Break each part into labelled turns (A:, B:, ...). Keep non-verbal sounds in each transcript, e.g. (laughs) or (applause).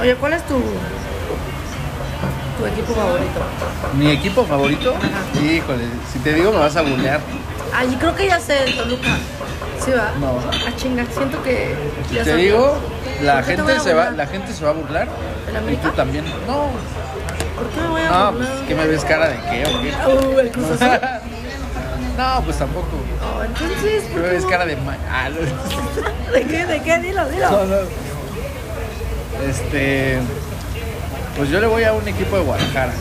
A: Oye, ¿cuál es tu, tu equipo favorito?
B: ¿Mi equipo favorito?
A: Ajá.
B: Híjole, si te digo me vas a bullear.
A: Ah, yo creo que ya sé el Toluca. Sí, va.
B: No.
A: A chinga, siento que.
B: Si
A: ya
B: te
A: sabía.
B: digo, la
A: ¿Por qué te voy
B: gente
A: a
B: se va,
A: burlar?
B: la gente se va a burlar.
A: ¿El
B: Y
A: América?
B: tú también. No,
A: ¿Por qué me voy a
B: no, pues
A: burlar?
B: que me ves cara de qué o qué.
A: Uh, el
B: (laughs)
A: Cruz Azul.
B: No, pues tampoco.
A: Oh, entonces,
B: Que
A: ¿por
B: me
A: qué
B: ves
A: no?
B: cara de ma- Ah, no.
A: (laughs)
B: (laughs)
A: ¿De qué? ¿De qué? Dilo, dilo.
B: No, no. Este. Pues yo le voy a un equipo de Guadalajara.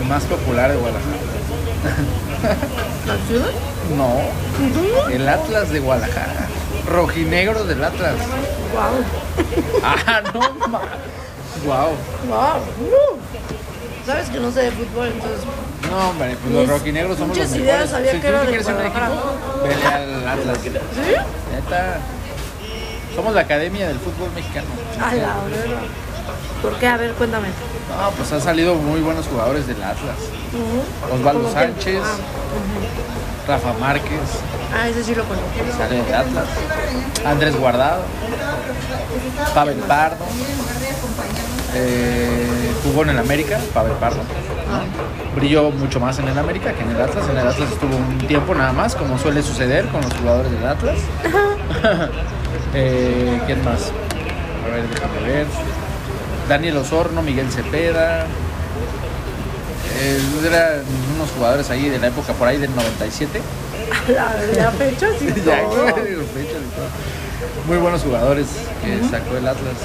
B: El más popular de Guadalajara.
A: ¿La ciudad?
B: No, el Atlas de Guadalajara. Rojinegro del Atlas.
A: (laughs) Wow.
B: Ah, no, ma. Wow.
A: Wow. Uh. Sabes que no sé de fútbol, entonces.
B: No, hombre, pues
A: Mis
B: los rojinegros somos los
A: muchas
B: mejores.
A: ideas sabía
B: si
A: que
B: tú
A: era
B: te
A: de
B: quieres ir a un equipo, vele al Atlas.
A: ¿Sí?
B: Neta. Somos la academia del fútbol mexicano.
A: A la verga. ¿Por qué? A ver, cuéntame.
B: No, pues han salido muy buenos jugadores del Atlas. Osvaldo
A: ¿Cómo que-
B: Sánchez, Rafa Márquez.
A: Ah, ese sí lo conozco. (laughs)
B: Sale del Atlas. Andrés Guardado. Pavel Pardo. Eh, jugó en el América, Pavel Pardo. Brilló mucho más en el América que en el Atlas. En el Atlas estuvo un tiempo nada más, como suele suceder con los jugadores del Atlas. (laughs) Eh, ¿Quién más? A ver, déjame ver. Daniel Osorno, Miguel Cepeda. Eh, eran unos jugadores ahí de la época por ahí del 97.
A: A la verga, fecha sí.
B: (laughs) Ya,
A: todo.
B: Muy buenos jugadores que sacó el Atlas.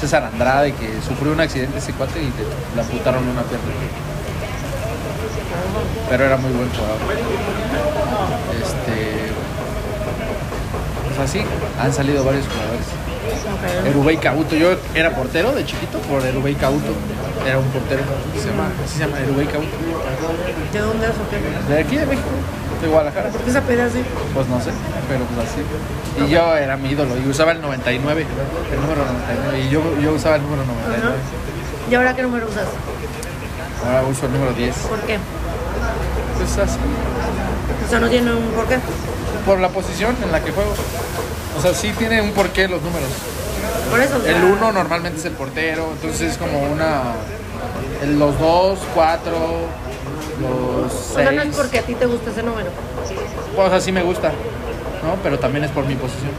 B: César Andrade, que sufrió un accidente ese cuate y le, le amputaron una pierna. Pero era muy buen jugador. Este. Pues así han salido varios jugadores.
A: Ok.
B: Erubey Cabuto, yo era portero de chiquito por Erubey Cabuto. Era un portero. Se llama, así se llama Erubey Cabuto.
A: ¿De dónde es o qué?
B: De aquí de México, de Guadalajara.
A: ¿Por qué se apela así?
B: Pues no sé, pero pues así. Y yo era mi ídolo y usaba el 99, el número 99. Y yo, yo usaba el número 99.
A: ¿Y ahora qué número usas?
B: Ahora uso el número 10.
A: ¿Por qué?
B: Pues así,
A: O sea, no tiene un por qué.
B: por la posición en la que juego. O sea, sí tiene un porqué los números.
A: Por eso. o sea,
B: El 1 normalmente es el portero, entonces es como una... el- Los 2, 4, los
A: O sea, no es
B: 6.
A: porque a ti te gusta ese número.
B: O sea, sí me gusta, ¿no? Pero también es por mi posición.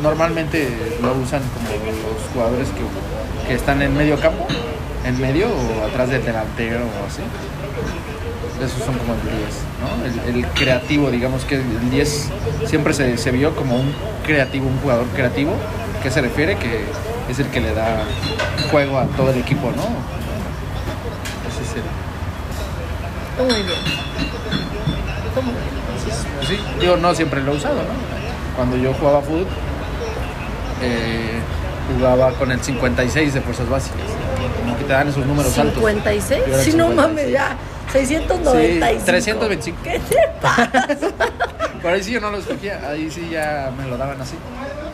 B: Normalmente lo usan como los jugadores que, que están en medio campo, en medio o atrás del delantero o así. Esos son como el 10, ¿no? El, el creativo, digamos que el 10 siempre se, se vio como un creativo, un jugador creativo. ¿Qué se refiere? Que es el que le da juego a todo el equipo, ¿no? Ese es el...
A: Muy bien. ¿Cómo?
B: Entonces, pues sí, digo, no siempre lo he usado, ¿no? Cuando yo jugaba fútbol, eh, jugaba con el 56 de fuerzas básicas. Como que te dan esos números
A: ¿56?
B: altos. Yo era
A: Sí, no
B: 56.
A: mames, ya. 695.
B: Sí, 325.
A: ¿Qué te
B: (laughs)
A: pasa?
B: Por ahí sí yo no lo escogía, ahí sí ya me lo daban así.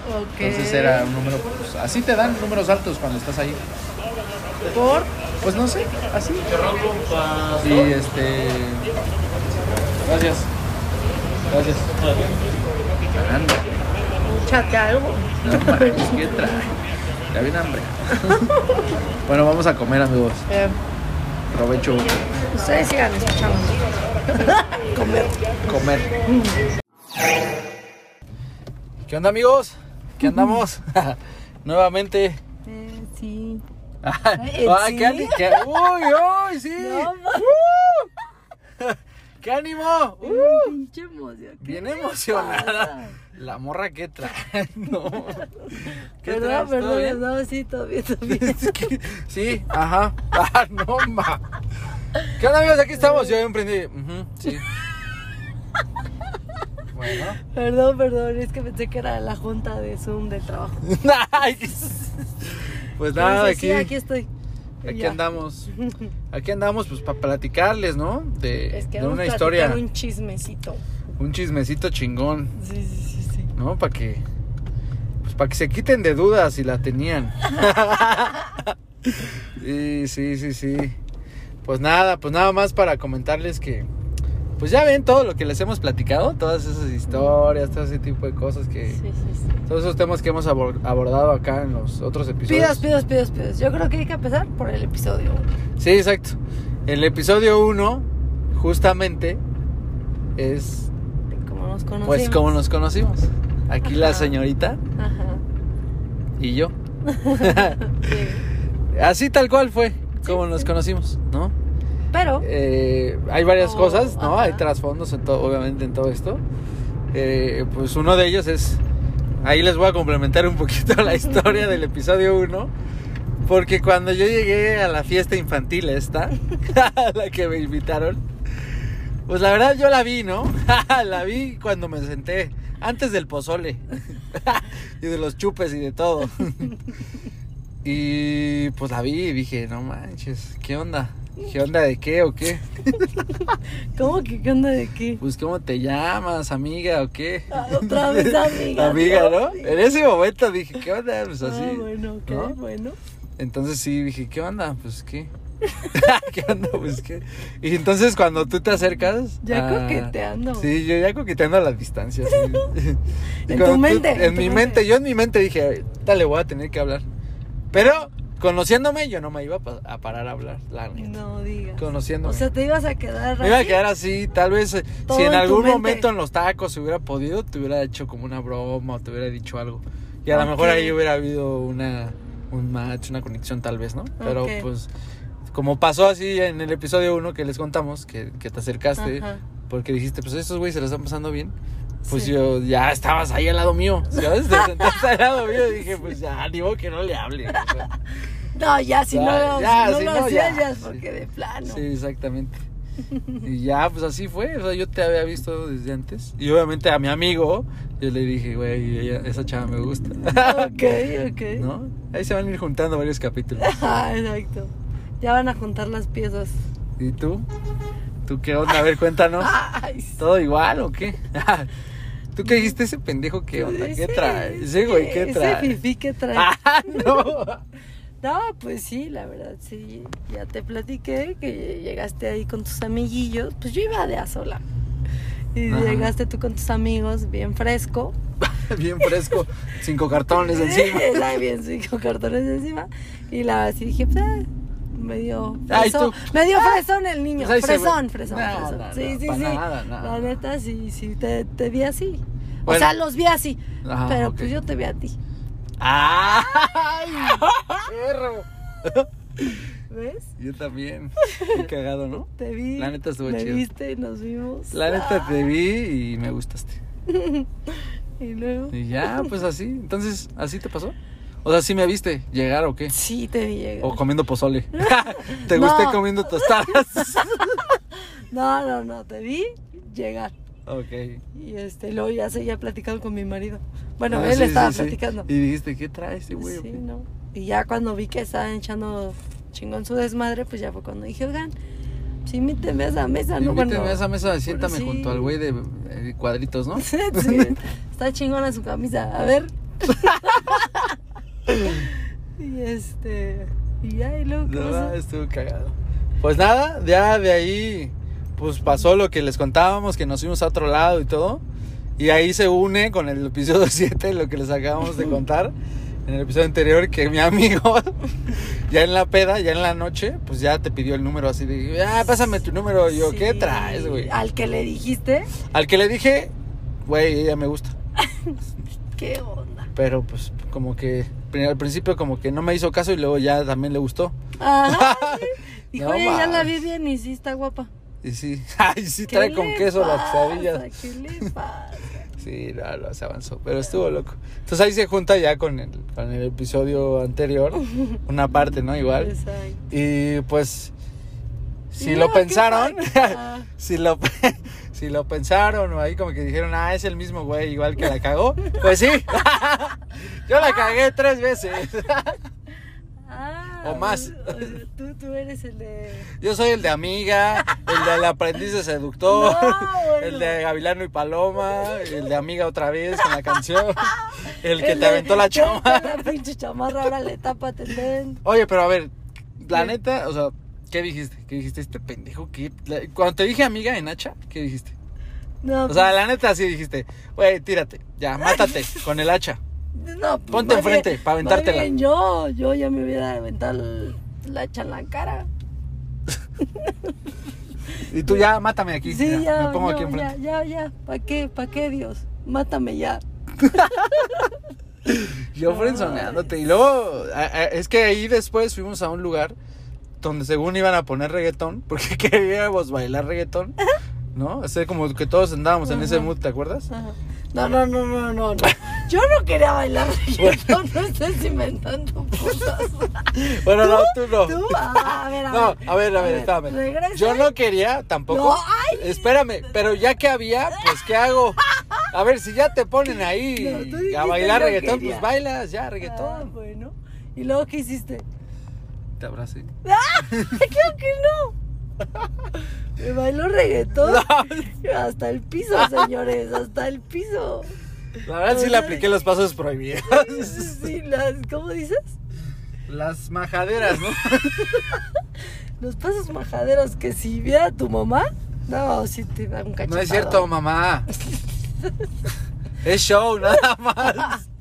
A: Ok.
B: Entonces era un número, pues, así te dan números altos cuando estás ahí.
A: Por.
B: Pues no sé, así. Y este. Gracias. Gracias. Anda,
A: Chate algo.
B: no mames, ¿qué trae? Ya viene hambre. (laughs) Bueno, vamos a comer, amigos.
A: Eh,
B: Provecho
A: ustedes sigan escuchando. Comer.
B: comer. ¿Qué onda, amigos? ¿Qué andamos? (laughs) Nuevamente.
A: Eh, (laughs) sí.
B: ¡Ay, qué, ani- qué- ¡Uy, uy, sí!
A: ¿Eh, (laughs) No,
B: ¡Uh! ¡Qué ánimo! ¡Uh!
A: Pinche emoción.
B: Bien emocionada. La morra que trae. (laughs) No. ¿Qué
A: Perdón,
B: traes? ¿Todo
A: perdón,
B: bien?
A: no, sí, todo bien,
B: (laughs)
A: todo bien.
B: Sí, ajá. (laughs) Ah, no, ma. ¿Qué onda, amigos? Aquí estamos. Yo emprendí. Ujú, sí. Bueno. (laughs)
A: Perdón, perdón, es que pensé que era la junta de Zoom del trabajo.
B: Nice. Pues nada,
A: Entonces,
B: aquí, Eh,
A: Sí, aquí estoy.
B: aquí
A: Ya.
B: andamos. Aquí andamos, pues, para platicarles, ¿no? De,
A: Les
B: de
A: queremos
B: una
A: platicar
B: historia.
A: un chismecito.
B: Un chismecito chingón,
A: Sí, sí, sí, sí.
B: ¿no? Para que. Pues para que se quiten de dudas si la tenían. sí, sí, sí, sí. Pues nada, pues nada más para comentarles que. Pues ya ven todo lo que les hemos platicado, todas esas historias, todo ese tipo de cosas que...
A: Sí, sí, sí.
B: Todos esos temas que hemos abor- abordado acá en los otros episodios.
A: Pidos, pidos, pidos, pidos. Yo creo que hay que empezar por el episodio.
B: Sí, exacto. El episodio 1, justamente, es
A: Como nos conocimos.
B: pues como nos conocimos. Aquí la
A: Ajá.
B: señorita
A: Ajá.
B: y yo.
A: Sí.
B: Así tal cual fue como
A: sí.
B: nos conocimos, ¿no?
A: Pero,
B: Eh, hay varias
A: Oh,
B: cosas, ¿no?
A: ajá.
B: Hay trasfondos, en todo- obviamente, en todo esto. Eh, pues uno de ellos es. Ahí les voy a complementar un poquito la historia del episodio 1. Porque cuando yo llegué a la fiesta infantil, esta, (laughs) a la que me invitaron, pues la verdad yo la vi, ¿no? (laughs) la vi cuando me senté, antes del pozole (laughs) y de los chupes y
A: (laughs)
B: de todo. y pues la vi y dije, no manches, ¿qué onda? ¿Qué onda de qué o qué?
A: ¿cómo que qué onda de qué?
B: Pues ¿cómo te llamas, amiga o qué?
A: Ah, Otra
B: (laughs)
A: vez amiga.
B: amiga, ¿no?
A: Sí.
B: En ese momento dije, ¿qué onda? Pues así.
A: Ah, bueno, qué
B: ¿no?
A: bueno.
B: Entonces sí dije, ¿qué onda? Pues qué. (laughs) ¿Qué onda? Pues qué. Y entonces cuando tú te acercas. ah,
A: Ya coqueteando.
B: Sí, yo ya coqueteando a la distancia.
A: (laughs)
B: sí. (laughs) Y
A: En
B: cuando
A: tu
B: tú-
A: mente,
B: En,
A: en tu
B: mi mente.
A: mente.
B: Yo en mi mente dije, tal, le voy a tener que hablar. Pero conociéndome, yo no me iba a pa- a parar a hablar, la neta.
A: No digas.
B: Conociéndome.
A: O sea, te ibas a quedar.
B: me iba a
A: así?
B: quedar así, tal vez eh,
A: Todo
B: si en
A: en tu
B: algún
A: mente.
B: momento en los tacos se hubiera podido, te hubiera hecho como una broma o te hubiera dicho algo. Y a
A: Ok.
B: lo mejor ahí hubiera habido una, un match, una conexión tal vez, ¿no? Pero
A: Ok.
B: pues como pasó así en el episodio 1 que les contamos, que, que te acercaste,
A: Ajá.
B: porque dijiste, pues estos güeyes se la están pasando bien. Pues
A: Sí.
B: yo ya estabas ahí al lado mío,
A: (laughs)
B: ¿sabes? Te sentaste al lado mío y dije, pues ya, ni modo que no le hable. o sea.
A: No, ya, si
B: Ya,
A: no lo,
B: ya,
A: si no
B: si
A: lo
B: no,
A: hacías,
B: ya,
A: ya, es
B: sí.
A: porque de plano.
B: Sí, exactamente. Y ya, pues así fue. O sea, yo te había visto desde antes. Y obviamente a mi amigo, yo le dije, güey, ella- esa chava me gusta.
A: (laughs) Ok, ok.
B: ¿No? Ahí se van a ir juntando varios capítulos.
A: (laughs) Ajá, Ah, exacto. Ya van a juntar las piezas.
B: ¿Y tú? ¿Tú qué onda? A ver, cuéntanos.
A: Ay, sí.
B: ¿Todo igual o qué? (laughs) ¿Tú qué dijiste ese pendejo? ¿Qué onda? ¿Qué
A: Ese-
B: trae? Ese güey, ¿qué
A: Ese
B: trae? (laughs)
A: fifí que trae.
B: ¡Ah, no!
A: (laughs) No, pues sí, la verdad, sí. Ya te platiqué que llegaste ahí con tus amiguillos. Pues yo iba de a sola. Y
B: Ajá.
A: llegaste tú con tus amigos, bien fresco.
B: Bien fresco. Cinco cartones
A: (laughs)
B: encima.
A: Está bien, sí, con cartones encima. Y la así dije, pues, ah, medio
B: Ay,
A: fresón.
B: tú.
A: Medio fresón el niño.
B: Pues ahí se ve.
A: fresón, fresón,
B: No,
A: fresón.
B: no,
A: sí,
B: no,
A: sí,
B: pa'
A: sí.
B: nada, no,
A: la
B: no.
A: neta, sí, sí, te, te vi así. O
B: Bueno.
A: sea, los vi así.
B: Ajá,
A: pero
B: ok. Ah,
A: pues yo te vi a ti.
B: ¡Ay! ¡Perro!
A: (laughs) ¿Ves?
B: (laughs) Yo también. Qué cagado, ¿no?
A: Te vi.
B: La neta estuvo
A: me
B: chido.
A: viste, nos vimos. Ah,
B: La neta te vi y me gustaste.
A: Y luego. (laughs)
B: Y ya, pues así. Entonces, ¿así te pasó? O sea, ¿sí me viste llegar o qué?
A: Sí, te vi llegar.
B: O comiendo pozole.
A: (laughs)
B: ¿Te gusté
A: No.
B: comiendo
A: (laughs)
B: tostadas?
A: No, no, no, te vi llegar.
B: ok.
A: Y este, luego ya seguía platicando con mi marido. Bueno,
B: Ah,
A: él
B: sí,
A: estaba
B: sí, sí.
A: platicando.
B: Y dijiste, ¿qué trae este güey? o
A: Sí,
B: qué?
A: no. Y ya cuando vi que estaban echando chingón su desmadre, pues ya fue cuando dije, oigan, pues invíteme a esa mesa, ¿no?
B: Invítame
A: Bueno,
B: a esa mesa, siéntame
A: sí.
B: junto al güey de eh,
A: (laughs)
B: cuadritos, ¿no?
A: sí, está chingona su camisa, a
B: (laughs)
A: ver. y este, y ya, y luego, ¿qué
B: No,
A: pasó?
B: estuvo cagado. Pues nada, ya de ahí pues pasó lo que les contábamos, que nos fuimos a otro lado y todo. Y ahí se une con el episodio (laughs) 7, lo que les acabamos de contar en el episodio anterior, que mi amigo, (laughs) ya en la peda, ya en la noche, pues ya te pidió el número así de, ah, pásame tu número. Y yo, ¿qué
A: Sí,
B: traes, güey?
A: Al que le dijiste,
B: Al que le dije, güey, ella me gusta.
A: ¿qué
B: (laughs)
A: onda?
B: Pero pues como que al principio como que no me hizo caso y luego ya también le gustó.
A: Ajá. sí. Dijo,
B: No
A: oye, ya la
B: más.
A: vi bien y sí está guapa.
B: Y sí, (laughs) ay, sí trae
A: ¿Qué
B: con
A: le
B: queso las
A: pasa?
B: quesadillas.
A: ¿Qué le pasa?
B: Sí, no, no, se avanzó, pero estuvo loco. Entonces ahí se junta ya con el, con el episodio
A: (laughs)
B: anterior, una parte, ¿no? Igual.
A: Exacto.
B: Y pues, si
A: Y
B: lo
A: luego, ¿qué Ah.
B: pensaron, (laughs)
A: pasa?
B: si lo, si lo pensaron o ahí como que dijeron, ah, es el mismo güey, igual que la cagó, pues sí, (laughs) yo la cagué tres veces.
A: Ah,
B: O más.
A: o sea, Tú, tú eres el de.
B: Yo soy el de amiga, el del aprendiz
A: (laughs)
B: de seductor,
A: No, Ah, bueno.
B: el de Gavilano y Paloma, el de amiga otra vez con
A: (laughs)
B: la canción, el que te
A: de- (laughs)
B: aventó la choma.
A: La pinche chamarra, ahora le tapa ten.
B: Oye, pero a ver, la
A: ¿Qué?
B: neta, o sea, ¿Qué dijiste? ¿Qué dijiste? Este pendejo que... la- Cuando te dije amiga en hacha, ¿qué dijiste?
A: No,
B: O sea, la neta sí dijiste, güey, tírate, ya, mátate con el hacha.
A: pues, no, pues,
B: ponte
A: más bien-
B: enfrente pa' aventártela.
A: más bien Yo, yo ya me hubiera aventado el- la hacha en la cara.
B: Y tú ya, mátame aquí.
A: sí,
B: mira,
A: ya,
B: me
A: no,
B: pongo aquí enfrente.
A: ya, ya, ya. ¿Para qué? ¿Para qué, Dios? Mátame ya.
B: Yo
A: No,
B: frenzoneándote. Y luego, a- a- es que ahí después fuimos a un lugar donde según iban a poner reggaetón, (laughs) porque queríamos bailar reggaetón, ¿no? O sea, como que todos andábamos en ese
A: Ajá.
B: mood, ¿te acuerdas?
A: No, no, no, no, no, no. Yo no quería bailar (laughs) reggaetón, no estés inventando putas.
B: Bueno, no, tú no.
A: Tú, ah, a ver, a
B: No,
A: ver.
B: a ver, a ver, espérame.
A: Regresa.
B: Yo no quería tampoco.
A: No, ay.
B: Espérame, pero ya que había, pues ¿qué hago? A ver, si ya te ponen
A: No, tú
B: ahí a
A: dijiste
B: bailar
A: yo
B: reggaetón,
A: quería.
B: pues bailas ya
A: Ah,
B: reggaetón.
A: bueno. ¿Y luego qué hiciste?
B: pues, Te abracé.
A: ¡Ah! (laughs) ¡Claro que no! Me bailó reggaetón. Hasta el piso, señores, hasta el
B: (laughs)
A: piso.
B: La verdad sí le apliqué los pasos (laughs) prohibidos.
A: Sí, las, ¿Cómo dices?
B: Las majaderas, ¿no?
A: Los pasos majaderos que si viera tu mamá, no, sí te da un cachetado.
B: No es cierto, (laughs) mamá. es show, nada más.
A: (laughs)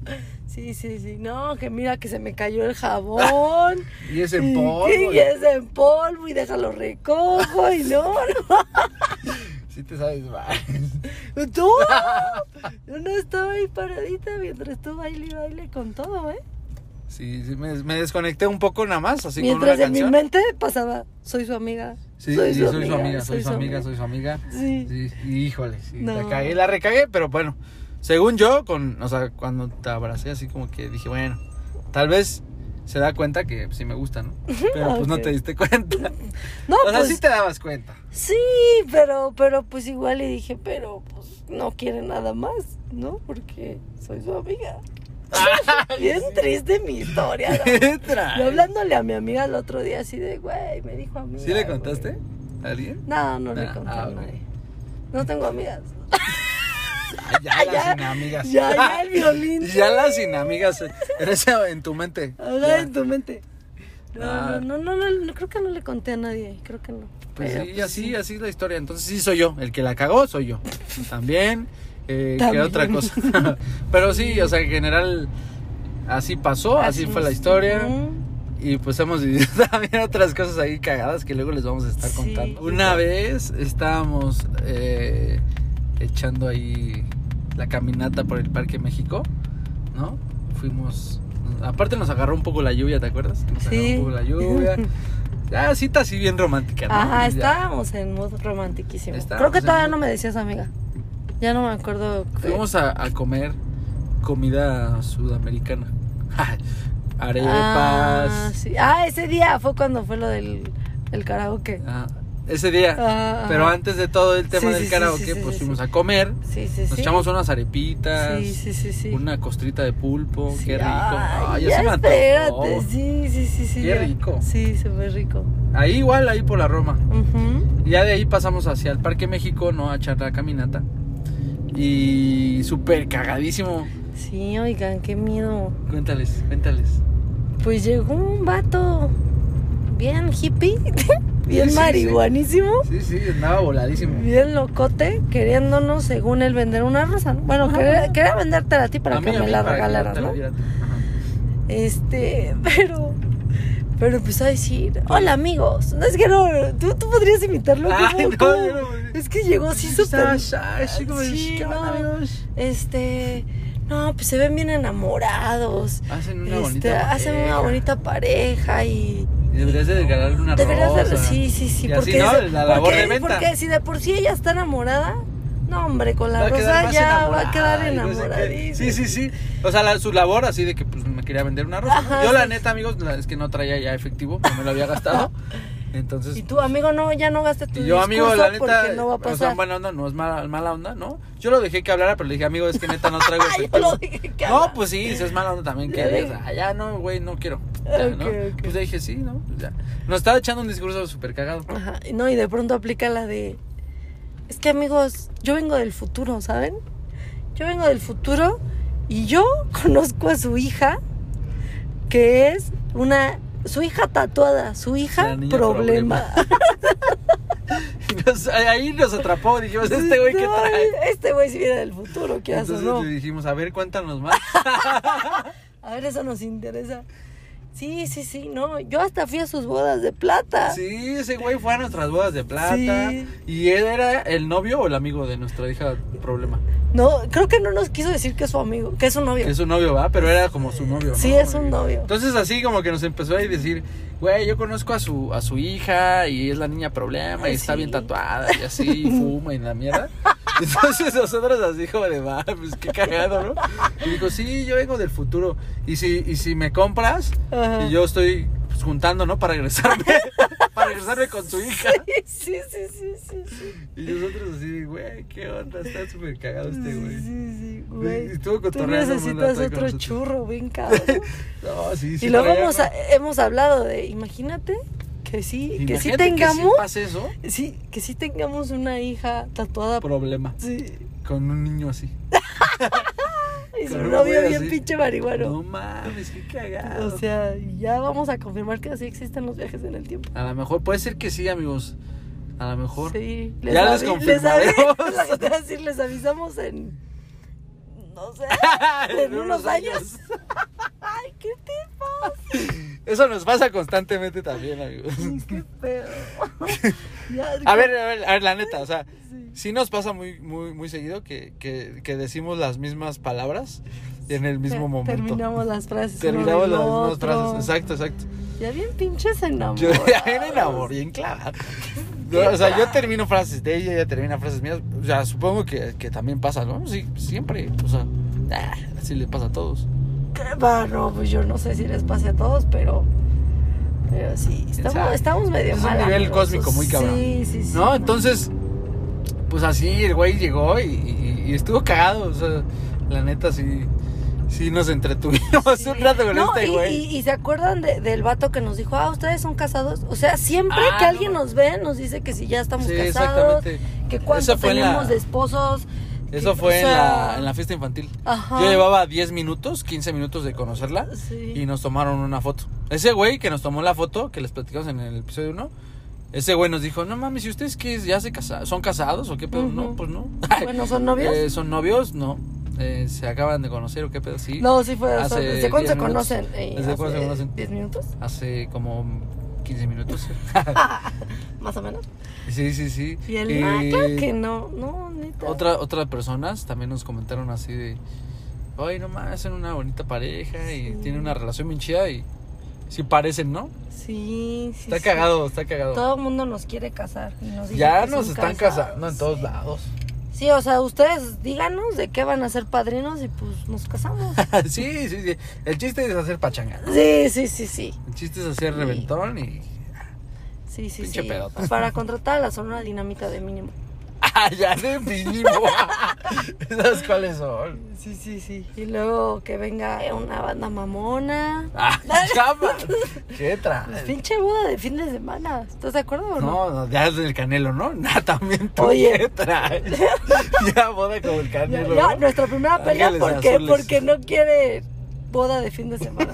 A: Sí, sí, sí. No, que mira que se me cayó el jabón.
B: Y (laughs) es
A: y
B: en polvo.
A: que- Y es en polvo y déjalo recojo y no, no. (laughs)
B: Sí te sabes, va.
A: Tú. Yo no estaba ahí paradita mientras tú baile y baile con todo, ¿eh?
B: (laughs) Sí, sí, me, me desconecté un poco nada más, así con
A: mientras
B: una
A: en mi
B: canción.
A: mente pasaba, soy su amiga.
B: Sí, sí, soy su amiga, soy su amiga, soy su amiga.
A: Sí.
B: Sí, híjole, sí, la
A: No.
B: cagué, la recagué, pero bueno, según yo, con, o sea, cuando te abracé así como que dije, bueno, tal vez se da cuenta que pues, sí me
A: (laughs)
B: gusta, ¿no? Pero pues no
A: Ok.
B: te diste cuenta.
A: No,
B: o sea,
A: pues,
B: sí te dabas cuenta.
A: Sí, pero, pero pues igual le dije, pero pues no quiere nada más, ¿no? Porque soy su
B: (laughs)
A: amiga. Bien triste mi historia. ¿no?
B: (laughs) Entra.
A: Yo hablándole a mi amiga el otro día así de, güey, me dijo amiga.
B: ¿Sí le
A: güey".
B: contaste a alguien?
A: No, no le
B: Ah,
A: conté
B: ah,
A: a
B: ok.
A: nadie. No tengo amigas.
B: Ay, Ya, las
A: Ya,
B: inamigas. Ah,
A: ya, ya, el violín.
B: ya las inamigas. En, esa- en tu mente.
A: Ahora
B: Ya.
A: en tu mente. No,
B: Ah.
A: no, no, no, no, no, creo que no le conté a nadie, creo que no.
B: Pues
A: Pero,
B: sí, así, así es la historia. Entonces sí soy yo. El que la cagó soy yo. También. Eh, ¿Qué
A: También.
B: otra cosa? (laughs) Pero sí, o sea, en general así pasó, así, fue la
A: es.
B: historia.
A: Ujú.
B: Y pues hemos vivido (laughs) también otras cosas ahí cagadas que luego les vamos a estar
A: Sí.
B: contando. Una vez estábamos eh, echando ahí la caminata por el Parque México, ¿no? Fuimos. Aparte nos agarró un poco la lluvia, ¿te acuerdas? Nos agarró
A: Sí.
B: un poco
A: (laughs)
B: la lluvia. Ya, cita así bien romántica, ¿no?
A: Ajá,
B: Y ya.
A: estábamos en mood romantiquísimo.
B: Estábamos
A: Creo que
B: en
A: todavía
B: mood.
A: no me decías amiga. Ya no me acuerdo. que-
B: Fuimos a, a comer comida sudamericana. (laughs) Arepas.
A: Ah, sí. Ah, ese día fue cuando fue lo del el karaoke.
B: Ah, ese día.
A: Ah,
B: Pero
A: ajá.
B: antes de todo el tema
A: Sí,
B: del
A: sí, sí,
B: karaoke,
A: sí, sí,
B: pues
A: sí,
B: fuimos
A: sí.
B: a comer.
A: Sí, sí, sí.
B: Nos echamos unas arepitas,
A: Sí, sí, sí, sí.
B: una costrita de pulpo,
A: Sí,
B: qué rico. Ay, ya
A: ya
B: se me antojó.
A: espérate. Sí, sí, sí, sí.
B: Qué
A: ya.
B: rico.
A: Sí, súper rico.
B: Ahí igual, ahí por la Roma.
A: Ujú.
B: Y ya de ahí pasamos hacia el Parque México, ¿no? A echar la caminata. Y súper cagadísimo.
A: Sí, oigan, qué miedo.
B: Cuéntales, cuéntales.
A: Pues llegó un vato bien hippie, (laughs)
B: Sí, sí,
A: bien
B: sí.
A: marihuanísimo.
B: Sí, sí, andaba voladísimo.
A: Bien locote, queriéndonos, según él, vender una rosa. ¿no? Bueno, quería, quería vendértela a ti para
B: A mí,
A: que
B: a
A: me
B: mí,
A: la
B: para que
A: regalaras,
B: te la
A: ¿no?
B: diera a ti. Ajá.
A: Este, (laughs) pero. Pero empezó a decir: Hola, amigos. No es que no, tú, tú podrías imitarlo.
B: Ay,
A: ¿cómo-
B: no,
A: cómo?
B: yo no-
A: Es que llegó así súper.
B: Sasha, así como,
A: Sí,
B: ¿qué onda,
A: no.
B: amigos?
A: Este. No, pues se ven bien enamorados.
B: Hacen una
A: Este,
B: bonita
A: hacen una
B: pareja.
A: bonita pareja y.
B: Y Deberías de regalarle una
A: Deberías
B: rosa.
A: de- sí, sí, sí.
B: Y
A: porque,
B: así, ¿no?
A: ese-
B: La labor
A: porque-
B: de venta.
A: porque si de por sí ella está enamorada, no, hombre, con
B: Va
A: la
B: a quedar
A: rosa
B: más
A: ya va a quedar
B: enamorada y no sé qué.
A: enamoradísima.
B: sí, sí, sí. O sea, la- su labor así de que pues me quería vender una rosa.
A: Ajá,
B: Yo la
A: sí.
B: neta, amigos, la- es que no traía ya efectivo, no me lo
A: (laughs)
B: había gastado. Entonces,
A: Y tú, amigo, no, ya no gastes tu
B: y yo amigo,
A: discurso
B: la neta,
A: porque no va a
B: o sea,
A: pasar. (laughs)
B: buena onda, no es mala, mala onda, ¿no. Yo lo dejé que hablara, pero le dije, amigo, es que neta no traigo
A: (laughs) Ay,
B: efectivo.
A: yo lo dije que
B: No,
A: hablara.
B: pues sí, si es mala onda también que
A: Ya
B: digas,
A: dije.
B: "Ah, ya no, güey, no quiero. Ya, ¿no?
A: Ok, ok.
B: Pues le dije, sí, ¿no? Pues, ya. Nos estaba echando un discurso súper (laughs) cagado.
A: Ajá, y no, y de pronto aplica la de. Es que, amigos, yo vengo del futuro, ¿saben? Yo vengo del (laughs) futuro y yo conozco a su hija, que es una su hija tatuada, su
B: La
A: hija
B: niña
A: problema.
B: Nos- ahí nos atrapó, dijimos, este güey que
A: No,
B: trae.
A: Este güey si viene del futuro, ¿qué haces?
B: Entonces
A: No.
B: le dijimos, a ver, cuéntanos más.
A: A ver, eso nos interesa. Sí, sí, sí, no. Yo hasta fui a sus bodas de plata.
B: Sí, ese güey fue a nuestras bodas de plata.
A: Sí.
B: ¿Y él era el novio o el amigo de nuestra hija problema?
A: No, creo que no nos quiso decir que es su amigo, que es su novio.
B: Que es su novio, ¿va? Pero era como su novio. ¿no?
A: Sí, es un novio. (laughs)
B: Entonces así como que nos empezó a decir, güey, yo conozco a su, a su hija y es la niña problema y
A: Ay,
B: está
A: sí.
B: bien tatuada y así, y fuma y la
A: (laughs)
B: mierda. Entonces nosotros así como de, va, pues qué cagado, ¿no? Y dijo, sí, yo vengo del futuro. Y si, y si me compras,
A: Ajá.
B: y yo estoy pues, juntando, ¿no? Para regresarme, (laughs) para regresarme con su hija.
A: Sí, sí, sí, sí, sí.
B: Y nosotros así, güey, qué onda, está súper cagado este
A: Sí,
B: güey.
A: sí, sí, güey.
B: Y estuvo
A: Tú
B: cotorreando, manda,
A: necesitas
B: trae con
A: otro
B: nosotros.
A: churro,
B: (laughs)
A: bien cabrón.
B: No, sí, sí.
A: y luego
B: traía,
A: hemos,
B: ¿no?
A: hemos hablado de, imagínate que sí, que sí
B: Imagínate
A: tengamos,
B: Que sí pase eso,
A: sí, que sí tengamos una hija tatuada.
B: problema.
A: Sí.
B: Con un niño así.
A: Y su
B: Con un
A: novio
B: güey
A: bien
B: así.
A: pinche marihuano. Ah,
B: No mames, qué cagado.
A: O sea, ya vamos a confirmar que así existen los viajes en el tiempo.
B: a lo mejor, puede ser que sí, amigos. A lo mejor.
A: Sí,
B: Ya
A: avi-
B: les confirmaremos.
A: avi- (laughs) lo que te iba a decir, les avisamos en. No
B: (laughs)
A: sé. en unos años. (laughs) Ay, qué te
B: Eso nos pasa constantemente también, amigos.
A: pasa. Qué pedo.
B: (laughs)
A: Ya,
B: A ver, a ver, a ver, la neta, o sea,
A: Sí.
B: sí nos pasa muy, muy, muy seguido que, que, que decimos las mismas palabras en el mismo
A: te-
B: momento.
A: Terminamos las frases.
B: Terminamos las
A: uno del
B: mismas frases.
A: otro.
B: Exacto, exacto.
A: Ya bien pinches enamorados. (laughs)
B: Yo (laughs) ya me enamoré bien clavado. No, o sea, yo termino frases de ella, ella termina frases mías. O sea, supongo que, que también pasa, ¿no? Sí, siempre. O sea, ah, así le pasa a todos.
A: Qué barro, pues yo no sé si les pase a todos, pero. Pero sí, estamos,
B: sabe?
A: estamos medio
B: Es un
A: mal.
B: nivel
A: amigos.
B: cósmico muy cabrón.
A: Sí, sí, sí.
B: ¿No? Entonces, (laughs) pues así el güey llegó y, y- y estuvo cagado. O sea, la neta sí, sí nos entretuvimos
A: Sí.
B: un rato con
A: No,
B: este
A: y,
B: güey.
A: Y, y se acuerdan de- del vato que nos dijo, ah, ustedes son casados. O sea, siempre
B: Ah,
A: que
B: no.
A: alguien nos ve, nos dice que si ya estamos
B: Sí,
A: casados,
B: exactamente.
A: que cuánto
B: Eso fue en la-
A: tenemos de esposos. que-
B: Eso fue
A: o
B: en,
A: sea,
B: la, en la fiesta infantil.
A: Ajá.
B: Yo llevaba 10 minutos, 15 minutos de conocerla.
A: Sí.
B: y nos tomaron una foto. Ese güey que nos tomó la foto, que les platicamos en el episodio 1, ese güey nos dijo, no mames, ¿y ustedes qué? ¿Ya se casa son casados o qué pedo? No,
A: Ujú.
B: pues no.
A: (laughs) Bueno, ¿son novios?
B: Eh, ¿Son novios? No. Eh, ¿Se acaban de conocer o qué pedo? Sí.
A: no, sí fue.
B: Hace
A: o sea, ¿Desde cuándo
B: 10
A: se
B: minutos.
A: conocen? Eh,
B: ¿Desde cuándo se
A: hace
B: conocen?
A: ¿10 minutos?
B: Hace como 15 minutos. (laughs)
A: Más o menos.
B: sí, sí, sí.
A: Y él,
B: Eh,
A: ah, claro que no. No, neta.
B: otra, otras personas también nos comentaron así de, ay, no mames, son una bonita pareja y
A: Sí.
B: tienen una relación bien chida y sí parecen, ¿no?
A: Sí, sí.
B: Está
A: sí.
B: cagado, está cagado.
A: Todo el mundo nos quiere casar. y nos dice
B: Ya
A: que
B: nos
A: son
B: están
A: casados.
B: casando en todos lados. (laughs)
A: Sí, o sea, ustedes díganos de qué van a ser padrinos y pues nos
B: (laughs)
A: casamos.
B: sí, sí, sí. El chiste es hacer pachanga.
A: Sí, sí, sí, sí.
B: El chiste es hacer
A: Sí.
B: reventón y. (laughs)
A: Sí, sí,
B: Pinche
A: sí.
B: pedota.
A: Pues para contratar a la Sonora Dinamita de mínimo.
B: ¡Ah, ya de mínimo! (laughs) ¿Esas cuáles son?
A: Sí, sí, sí. Y luego que venga una banda mamona.
B: ¡Ah, chama! ¡Qué tra...
A: Pues, pinche boda de fin de semana. ¿Estás de acuerdo o no?
B: No, no, ya es del canelo, ¿no? (laughs) Nada, también tú.
A: Oye.
B: ¿Qué traes? (laughs) ya boda con el
A: Ya,
B: canelo.
A: ya,
B: ¿no?
A: nuestra primera pelea
B: Ángeles
A: porque,
B: azules.
A: porque no quiere boda de fin de
B: (laughs)
A: semana.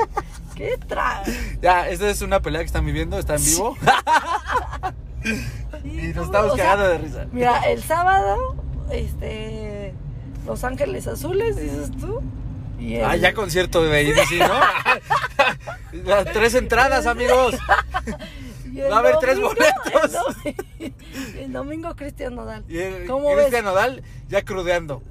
A: ¿Qué trae?
B: Ya, esta es una pelea que están viviendo, está en vivo. (laughs) y nos estamos cagando de risa.
A: Mira, el sábado, este, Los Ángeles Azules, dices tú. Y el-
B: Ah, ya concierto de ACDC, (laughs) ¿no? Las tres entradas, amigos.
A: y el
B: va a haber tres boletos.
A: El domingo, (laughs) el domingo Cristian Nodal.
B: Y el
A: ¿Cómo
B: Cristian
A: ves?
B: Nodal ya
A: (laughs)
B: crudeando.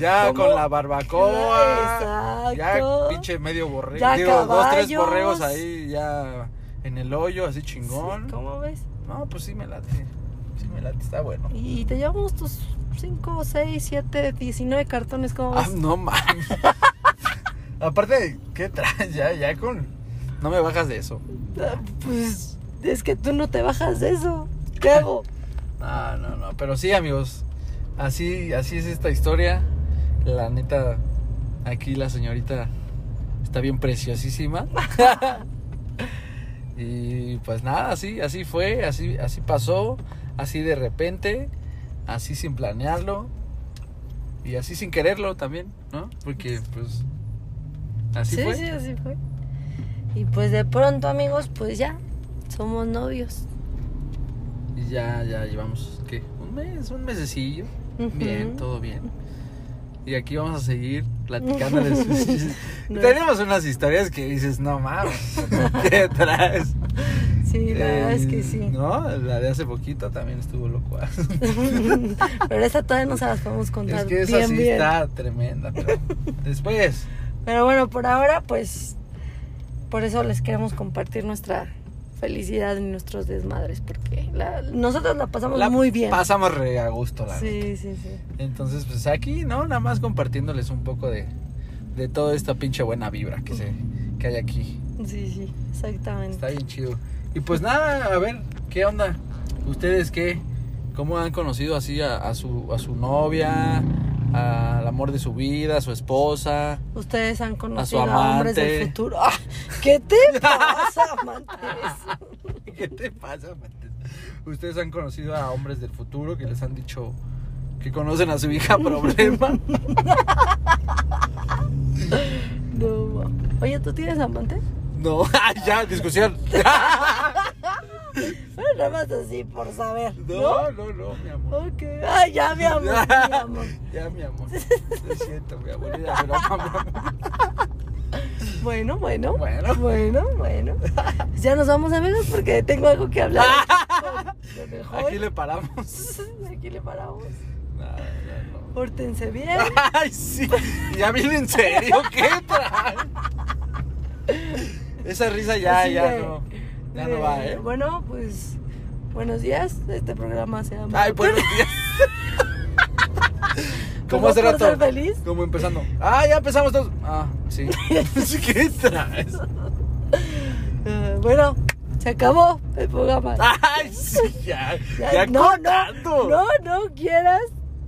B: Ya
A: ¿Cómo?
B: con la barbacoa.
A: Exacto.
B: Ya pinche medio borrego.
A: Ya
B: Digo, dos, tres
A: caballos.
B: borregos ahí ya en el hoyo, así
A: Sí,
B: chingón.
A: ¿Cómo ves?
B: no, pues sí me late. Sí me late, está bueno.
A: Y te llevamos tus 5, 6, 7, 19 cartones, ¿cómo
B: Ah,
A: ves?
B: no mames. (laughs) Aparte, ¿qué traes? Ya, ya con. No me bajas de eso.
A: Ah, Pues es que tú no te bajas de eso. ¿Qué hago?
B: No, no, no. Pero sí, amigos. Así, así es esta historia. La neta, aquí la señorita está bien preciosísima. (laughs) y pues nada, así, así fue, así, así pasó, así de repente, así sin planearlo. Y así sin quererlo también, ¿no? Porque pues así
A: sí,
B: fue.
A: sí, así fue. Y pues de pronto, amigos, pues ya, somos novios.
B: Y ya, ya llevamos, ¿qué? Un mes, un mesecillo.
A: Ujú.
B: Bien, todo bien. Y aquí vamos a seguir
A: (laughs)
B: platicando de sus...
A: No.
B: Tenemos unas historias que dices, no mames,
A: (laughs)
B: ¿qué traes?
A: Sí, la verdad es que sí.
B: No, la de hace poquito también estuvo loco.
A: (laughs)
B: (laughs)
A: Pero esa todavía no se las podemos contar
B: Es que esa
A: bien,
B: sí
A: bien.
B: está
A: (laughs)
B: tremenda, pero después.
A: Pero bueno, por ahora, pues, por eso les queremos compartir nuestra felicidad y nuestros desmadres, porque la- nosotros la pasamos
B: la
A: muy bien.
B: Pasamos re a gusto, la
A: Sí, sí, sí.
B: neta. Entonces, pues aquí, ¿no? Nada más compartiéndoles un poco de, de toda esta pinche buena vibra que, se, que hay aquí.
A: Sí, sí, exactamente.
B: Está bien chido. Y pues nada, a ver, ¿qué onda? ¿Ustedes qué? ¿Cómo han conocido así a, a su, a su novia? Al amor de su vida, a su esposa. (laughs)
A: Ustedes han conocido
B: su
A: a, hombres
B: amante.
A: del futuro. (laughs) ¡Ah! ¿Qué te
B: (laughs)
A: pasa, amantes?
B: ¿Qué te pasa, Matías? Ustedes han conocido a hombres del futuro que les han dicho que conocen a su
A: (laughs)
B: hija problema.
A: No, ma. Oye, ¿tú tienes amante?
B: No, (laughs) ah, ya, discusión.
A: (laughs) Bueno, nada más así por saber. ¿No?
B: No, no, no, mi amor.
A: Ok. Ay, ya, mi amor,
B: (laughs)
A: mi amor.
B: Ya, mi amor. Lo siento, mi amor. Ya, pero, mamá.
A: Bueno, bueno.
B: Bueno.
A: Bueno, bueno. Ya nos vamos, amigos, porque tengo algo que
B: (laughs)
A: hablar. Lo mejor.
B: Aquí le paramos.
A: (laughs)
B: (laughs)
A: Aquí le paramos.
B: No, no, no.
A: Pórtense bien.
B: Ay, sí. Ya viene en serio, ¿qué trae? Esa risa ya,
A: Así
B: ya
A: de-
B: no. (laughs) Ya
A: de-
B: no va, ¿eh?
A: Bueno, pues buenos días. Este programa se llama.
B: Ay, pues, buenos días. ¿Cómo
A: ¿Cómo
B: hace
A: puedo
B: rato?
A: ¿Pues ser feliz?
B: Como empezando. Ah, ya empezamos todos. Ah,
A: (laughs)
B: sí. ¿Qué traes?
A: (laughs) Eh, bueno, se acabó el programa.
B: (laughs) Ay, sí, ya. Ya,
A: Ya- no,
B: cortando.
A: no, no, no quieras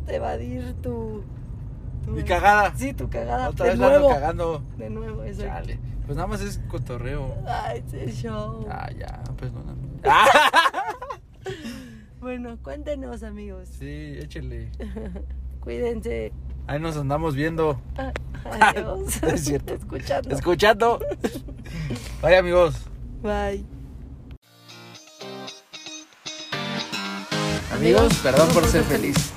A: evadir tu. tu-
B: Mi cagada.
A: Sí, tu cagada.
B: Otra
A: Ah, de
B: vez la ando
A: nuevo.
B: cagando.
A: De nuevo, eso.
B: Chale. Pues nada más es cotorreo.
A: Ay, ese show.
B: Ah, ya, perdóname. (laughs) Ah,
A: Bueno, cuéntenos, amigos.
B: sí, échele.
A: (laughs)
B: (laughs)
A: Cuídense.
B: Ahí nos andamos viendo.
A: Ah, Adiós.
B: (laughs)
A: (laughs)
B: Es cierto.
A: Escuchando.
B: Escuchando. Vaya, amigos.
A: Bye.
C: Amigos, perdón por ser feliz.